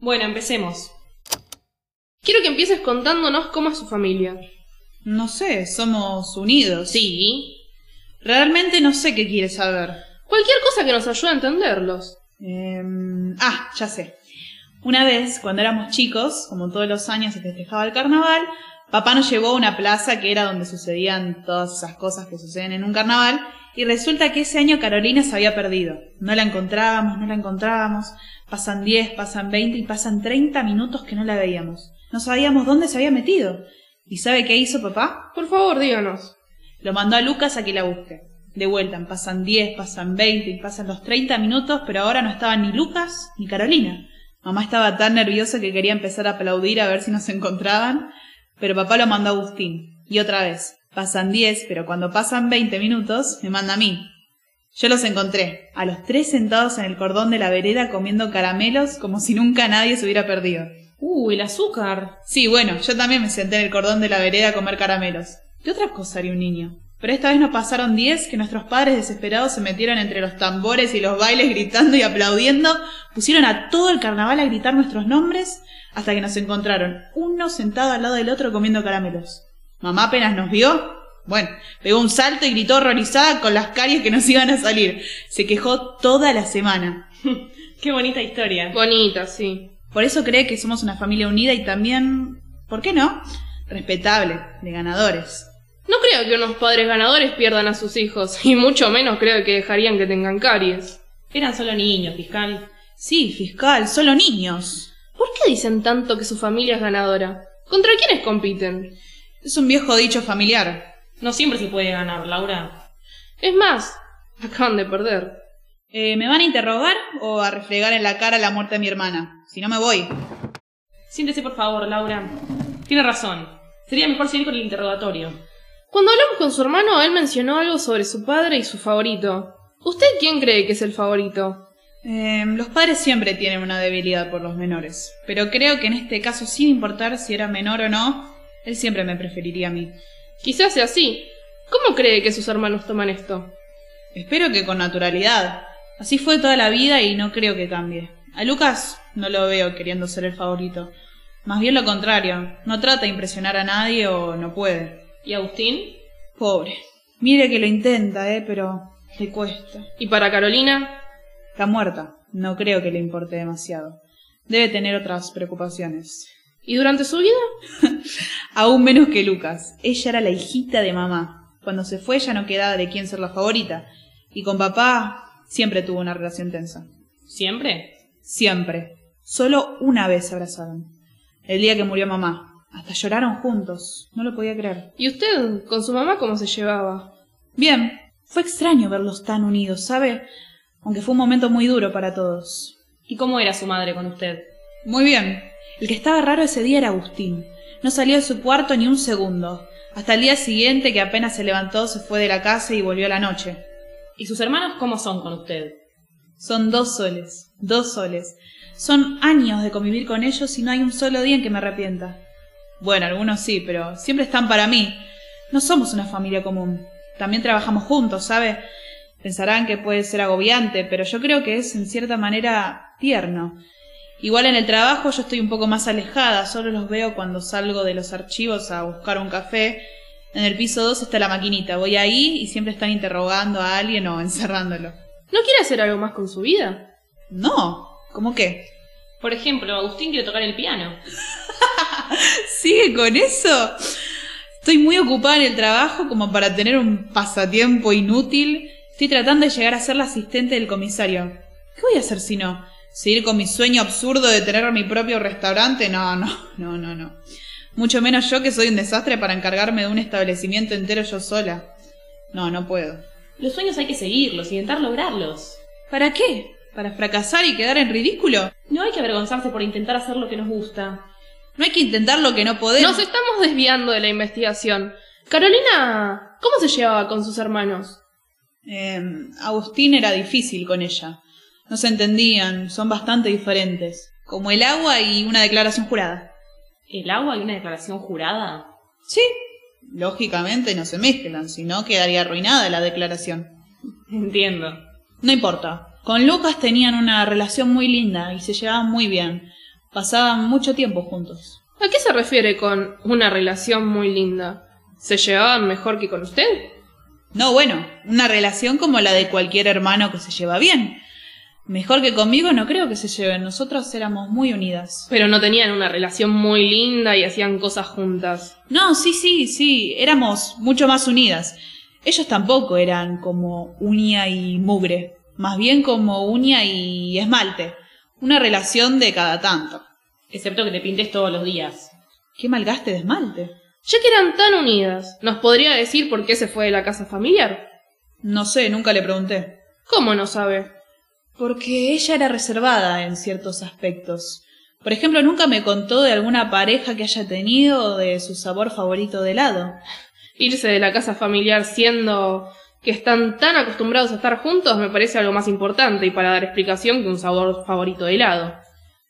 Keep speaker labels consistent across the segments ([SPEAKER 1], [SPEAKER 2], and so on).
[SPEAKER 1] Bueno, empecemos. Quiero que empieces contándonos cómo es su familia.
[SPEAKER 2] No sé, somos unidos.
[SPEAKER 1] Sí.
[SPEAKER 2] Realmente no sé qué quieres saber.
[SPEAKER 1] Cualquier cosa que nos ayude a entenderlos.
[SPEAKER 2] Em, ah, ya sé. Una vez, cuando éramos chicos, como todos los años se festejaba el carnaval, papá nos llevó a una plaza que era donde sucedían todas esas cosas que suceden en un carnaval, y resulta que ese año Carolina se había perdido. No la encontrábamos, no la encontrábamos. Pasan 10, pasan 20 y pasan 30 minutos que no la veíamos. No sabíamos dónde se había metido. ¿Y sabe qué hizo papá?
[SPEAKER 1] Por favor, díganos.
[SPEAKER 2] Lo mandó a Lucas a que la busque. De vuelta, pasan 10, pasan 20 y pasan los 30 minutos, pero ahora no estaban ni Lucas ni Carolina. Mamá estaba tan nerviosa que quería empezar a aplaudir a ver si nos encontraban, pero papá lo mandó a Agustín. Y otra vez, pasan 10, pero cuando pasan 20 minutos, me manda a mí. Yo los encontré, a los tres sentados en el cordón de la vereda comiendo caramelos como si nunca nadie se hubiera perdido.
[SPEAKER 1] Uh, el azúcar.
[SPEAKER 2] Sí, bueno, yo también me senté en el cordón de la vereda a comer caramelos. ¿Qué otra cosa haría un niño? Pero esta vez nos pasaron diez que nuestros padres desesperados se metieron entre los tambores y los bailes gritando y aplaudiendo, pusieron a todo el carnaval a gritar nuestros nombres hasta que nos encontraron, uno sentado al lado del otro comiendo caramelos. Mamá apenas nos vio, bueno, pegó un salto y gritó horrorizada con las caries que nos iban a salir. Se quejó toda la semana.
[SPEAKER 3] Qué bonita historia.
[SPEAKER 1] Bonita, sí.
[SPEAKER 2] Por eso cree que somos una familia unida y también, ¿por qué no? Respetable, de ganadores.
[SPEAKER 1] No creo que unos padres ganadores pierdan a sus hijos, y mucho menos creo que dejarían que tengan caries.
[SPEAKER 3] Eran solo niños, fiscal.
[SPEAKER 2] Sí, fiscal, solo niños.
[SPEAKER 1] ¿Por qué dicen tanto que su familia es ganadora? ¿Contra quiénes compiten?
[SPEAKER 2] Es un viejo dicho familiar.
[SPEAKER 3] No siempre se puede ganar, Laura.
[SPEAKER 1] Es más, acaban de perder.
[SPEAKER 2] Eh, ¿Me van a interrogar o a reflegar en la cara la muerte de mi hermana? Si no me voy.
[SPEAKER 3] Siéntese, por favor, Laura. Tiene razón. Sería mejor seguir con el interrogatorio.
[SPEAKER 1] Cuando hablamos con su hermano, él mencionó algo sobre su padre y su favorito. ¿Usted quién cree que es el favorito?
[SPEAKER 2] Eh, los padres siempre tienen una debilidad por los menores, pero creo que en este caso, sin importar si era menor o no, él siempre me preferiría a mí.
[SPEAKER 1] Quizás sea así. ¿Cómo cree que sus hermanos toman esto?
[SPEAKER 2] Espero que con naturalidad. Así fue toda la vida y no creo que cambie. A Lucas no lo veo queriendo ser el favorito. Más bien lo contrario, no trata de impresionar a nadie o no puede.
[SPEAKER 3] ¿Y Agustín?
[SPEAKER 2] Pobre. Mire que lo intenta, eh, pero le cuesta.
[SPEAKER 1] ¿Y para Carolina?
[SPEAKER 2] Está muerta. No creo que le importe demasiado. Debe tener otras preocupaciones.
[SPEAKER 1] ¿Y durante su vida?
[SPEAKER 2] Aún menos que Lucas. Ella era la hijita de mamá. Cuando se fue ya no quedaba de quién ser la favorita. Y con papá siempre tuvo una relación tensa.
[SPEAKER 3] ¿Siempre?
[SPEAKER 2] Siempre. Solo una vez se abrazaron. El día que murió mamá. Hasta lloraron juntos. No lo podía creer.
[SPEAKER 1] ¿Y usted con su mamá cómo se llevaba?
[SPEAKER 2] Bien. Fue extraño verlos tan unidos, ¿sabe? Aunque fue un momento muy duro para todos.
[SPEAKER 3] ¿Y cómo era su madre con usted?
[SPEAKER 2] Muy bien. El que estaba raro ese día era Agustín. No salió de su cuarto ni un segundo. Hasta el día siguiente que apenas se levantó se fue de la casa y volvió a la noche.
[SPEAKER 3] ¿Y sus hermanos cómo son con usted?
[SPEAKER 2] Son dos soles, dos soles. Son años de convivir con ellos y no hay un solo día en que me arrepienta. Bueno, algunos sí, pero siempre están para mí. No somos una familia común. También trabajamos juntos, ¿sabe? Pensarán que puede ser agobiante, pero yo creo que es en cierta manera tierno. Igual en el trabajo yo estoy un poco más alejada, solo los veo cuando salgo de los archivos a buscar un café. En el piso 2 está la maquinita, voy ahí y siempre están interrogando a alguien o encerrándolo.
[SPEAKER 1] ¿No quiere hacer algo más con su vida?
[SPEAKER 2] No, ¿cómo qué?
[SPEAKER 3] Por ejemplo, Agustín quiere tocar el piano.
[SPEAKER 2] ¿Sigue con eso? Estoy muy ocupada en el trabajo como para tener un pasatiempo inútil. Estoy tratando de llegar a ser la asistente del comisario. ¿Qué voy a hacer si no? ¿Seguir con mi sueño absurdo de tener mi propio restaurante? No, no, no, no, no. Mucho menos yo que soy un desastre para encargarme de un establecimiento entero yo sola. No, no puedo.
[SPEAKER 3] Los sueños hay que seguirlos, intentar lograrlos.
[SPEAKER 2] ¿Para qué? ¿Para fracasar y quedar en ridículo?
[SPEAKER 3] No hay que avergonzarse por intentar hacer lo que nos gusta.
[SPEAKER 2] No hay que intentar lo que no podemos.
[SPEAKER 1] Nos estamos desviando de la investigación. Carolina, ¿cómo se llevaba con sus hermanos?
[SPEAKER 2] Eh, Agustín era difícil con ella. No se entendían, son bastante diferentes. Como el agua y una declaración jurada.
[SPEAKER 3] ¿El agua y una declaración jurada?
[SPEAKER 2] Sí, lógicamente no se mezclan, si no quedaría arruinada la declaración.
[SPEAKER 3] Entiendo.
[SPEAKER 2] No importa. Con Lucas tenían una relación muy linda y se llevaban muy bien. Pasaban mucho tiempo juntos.
[SPEAKER 1] ¿A qué se refiere con una relación muy linda? ¿Se llevaban mejor que con usted?
[SPEAKER 2] No, bueno, una relación como la de cualquier hermano que se lleva bien. Mejor que conmigo no creo que se lleven, nosotras éramos muy unidas.
[SPEAKER 1] Pero no tenían una relación muy linda y hacían cosas juntas.
[SPEAKER 2] No, sí, sí, sí, éramos mucho más unidas. Ellos tampoco eran como uña y mugre, más bien como uña y esmalte, una relación de cada tanto.
[SPEAKER 3] Excepto que te pintes todos los días.
[SPEAKER 2] Qué mal gaste de esmalte.
[SPEAKER 1] Ya que eran tan unidas, ¿nos podría decir por qué se fue de la casa familiar?
[SPEAKER 2] No sé, nunca le pregunté.
[SPEAKER 1] ¿Cómo no sabe?
[SPEAKER 2] Porque ella era reservada en ciertos aspectos. Por ejemplo, nunca me contó de alguna pareja que haya tenido o de su sabor favorito de helado.
[SPEAKER 1] Irse de la casa familiar siendo que están tan acostumbrados a estar juntos me parece algo más importante y para dar explicación que un sabor favorito de helado.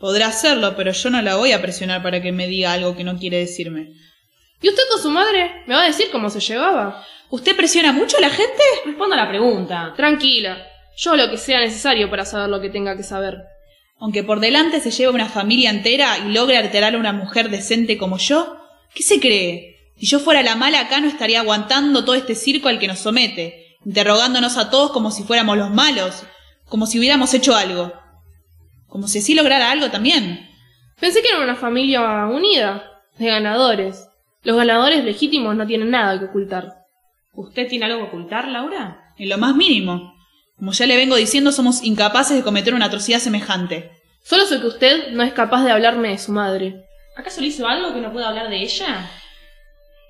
[SPEAKER 2] Podrá hacerlo, pero yo no la voy a presionar para que me diga algo que no quiere decirme.
[SPEAKER 1] ¿Y usted con su madre? ¿Me va a decir cómo se llevaba?
[SPEAKER 2] ¿Usted presiona mucho a la gente?
[SPEAKER 3] Respondo a la pregunta.
[SPEAKER 1] Tranquila, yo lo que sea necesario para saber lo que tenga que saber.
[SPEAKER 2] Aunque por delante se lleva una familia entera y logre alterar a una mujer decente como yo, ¿qué se cree? Si yo fuera la mala acá no estaría aguantando todo este circo al que nos somete, interrogándonos a todos como si fuéramos los malos, como si hubiéramos hecho algo. Como si así lograra algo también.
[SPEAKER 1] Pensé que era una familia unida, de ganadores. Los ganadores legítimos no tienen nada que ocultar.
[SPEAKER 3] ¿Usted tiene algo que ocultar, Laura?
[SPEAKER 2] En lo más mínimo. Como ya le vengo diciendo, somos incapaces de cometer una atrocidad semejante.
[SPEAKER 1] Solo sé que usted no es capaz de hablarme de su madre.
[SPEAKER 3] ¿Acaso le hizo algo que no pueda hablar de ella?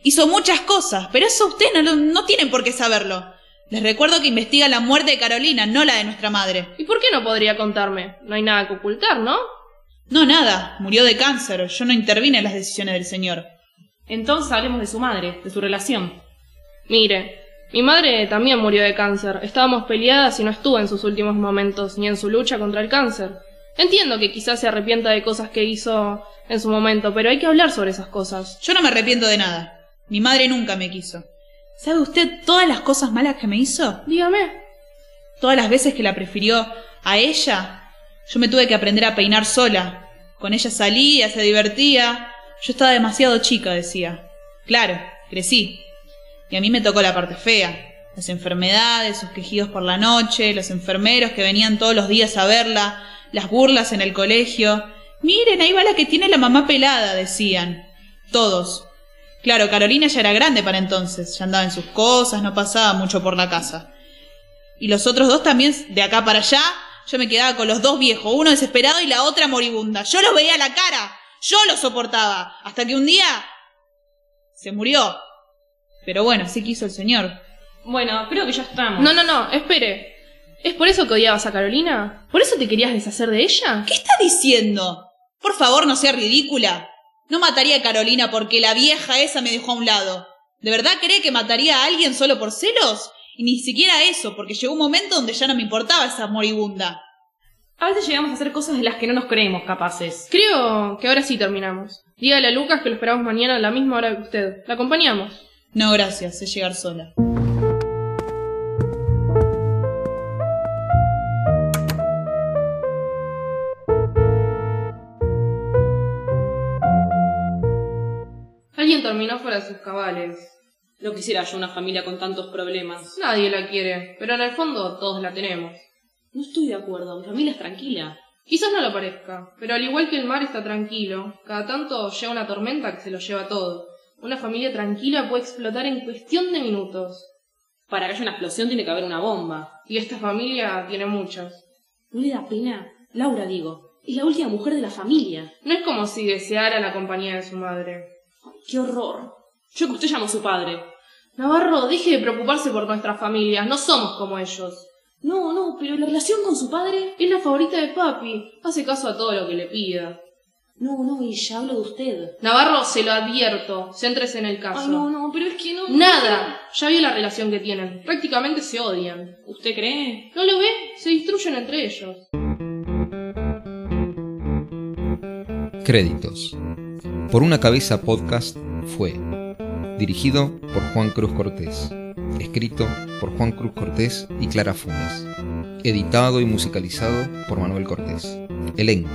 [SPEAKER 2] Hizo muchas cosas, pero eso ustedes no, lo- no tienen por qué saberlo. Les recuerdo que investiga la muerte de Carolina, no la de nuestra madre.
[SPEAKER 1] ¿Y por qué no podría contarme? No hay nada que ocultar, ¿no?
[SPEAKER 2] No, nada, murió de cáncer, yo no intervine en las decisiones del señor.
[SPEAKER 3] Entonces hablemos de su madre, de su relación.
[SPEAKER 1] Mire, mi madre también murió de cáncer. Estábamos peleadas y no estuvo en sus últimos momentos ni en su lucha contra el cáncer. Entiendo que quizás se arrepienta de cosas que hizo en su momento, pero hay que hablar sobre esas cosas.
[SPEAKER 2] Yo no me arrepiento de nada. Mi madre nunca me quiso. ¿Sabe usted todas las cosas malas que me hizo?
[SPEAKER 1] Dígame.
[SPEAKER 2] Todas las veces que la prefirió a ella, yo me tuve que aprender a peinar sola. Con ella salía, se divertía. Yo estaba demasiado chica, decía. Claro, crecí. Y a mí me tocó la parte fea. Las enfermedades, sus quejidos por la noche, los enfermeros que venían todos los días a verla, las burlas en el colegio. Miren, ahí va la que tiene la mamá pelada, decían. Todos. Claro, Carolina ya era grande para entonces, ya andaba en sus cosas, no pasaba mucho por la casa. Y los otros dos también, de acá para allá, yo me quedaba con los dos viejos, uno desesperado y la otra moribunda. Yo los veía a la cara, yo los soportaba, hasta que un día se murió. Pero bueno, así quiso el señor.
[SPEAKER 3] Bueno, creo que ya estamos.
[SPEAKER 1] No, no, no, espere. ¿Es por eso que odiabas a Carolina? ¿Por eso te querías deshacer de ella?
[SPEAKER 2] ¿Qué está diciendo? Por favor, no sea ridícula. No mataría a Carolina porque la vieja esa me dejó a un lado. ¿De verdad cree que mataría a alguien solo por celos? Y ni siquiera eso, porque llegó un momento donde ya no me importaba esa moribunda.
[SPEAKER 3] A veces llegamos a hacer cosas de las que no nos creemos capaces.
[SPEAKER 1] Creo que ahora sí terminamos. Dígale a Lucas que lo esperamos mañana a la misma hora que usted. La acompañamos.
[SPEAKER 2] No, gracias, sé llegar sola.
[SPEAKER 1] Alguien terminó fuera de sus cabales.
[SPEAKER 3] Lo quisiera yo una familia con tantos problemas.
[SPEAKER 1] Nadie la quiere, pero en el fondo todos la tenemos.
[SPEAKER 3] No estoy de acuerdo, mi familia es tranquila.
[SPEAKER 1] Quizás no lo parezca, pero al igual que el mar está tranquilo, cada tanto llega una tormenta que se lo lleva todo. Una familia tranquila puede explotar en cuestión de minutos.
[SPEAKER 3] Para que haya una explosión tiene que haber una bomba.
[SPEAKER 1] Y esta familia tiene muchas.
[SPEAKER 3] ¿No le da pena? Laura, digo. Es la última mujer de la familia.
[SPEAKER 1] No es como si deseara la compañía de su madre.
[SPEAKER 3] Ay, ¡Qué horror! Yo que usted llamó a su padre.
[SPEAKER 1] Navarro, deje de preocuparse por nuestras familias, no somos como ellos.
[SPEAKER 3] No, no, pero la relación con su padre.
[SPEAKER 1] Es la favorita de papi, hace caso a todo lo que le pida.
[SPEAKER 3] No, no, y ya hablo de usted.
[SPEAKER 1] Navarro, se lo advierto, céntrese en el caso.
[SPEAKER 3] Ay, no, no, pero es que no.
[SPEAKER 1] Nada, ya vio la relación que tienen, prácticamente se odian.
[SPEAKER 3] ¿Usted cree?
[SPEAKER 1] ¿No lo ve? Se destruyen entre ellos.
[SPEAKER 4] Créditos. Por una cabeza podcast fue dirigido por Juan Cruz Cortés, escrito por Juan Cruz Cortés y Clara Funes, editado y musicalizado por Manuel Cortés. Elenco.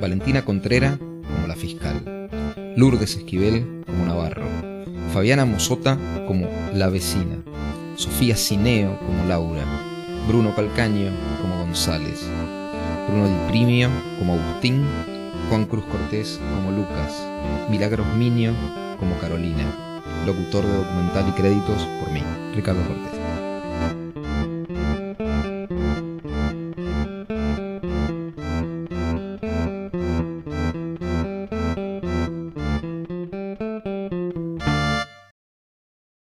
[SPEAKER 4] Valentina Contrera como la fiscal, Lourdes Esquivel como Navarro, Fabiana Mosota como la vecina, Sofía Cineo como Laura, Bruno Calcaño como González, Bruno Di Primio como Agustín, Juan Cruz Cortés como Lucas, Milagros Minio como Carolina, locutor de documental y créditos por mí, Ricardo Cortés.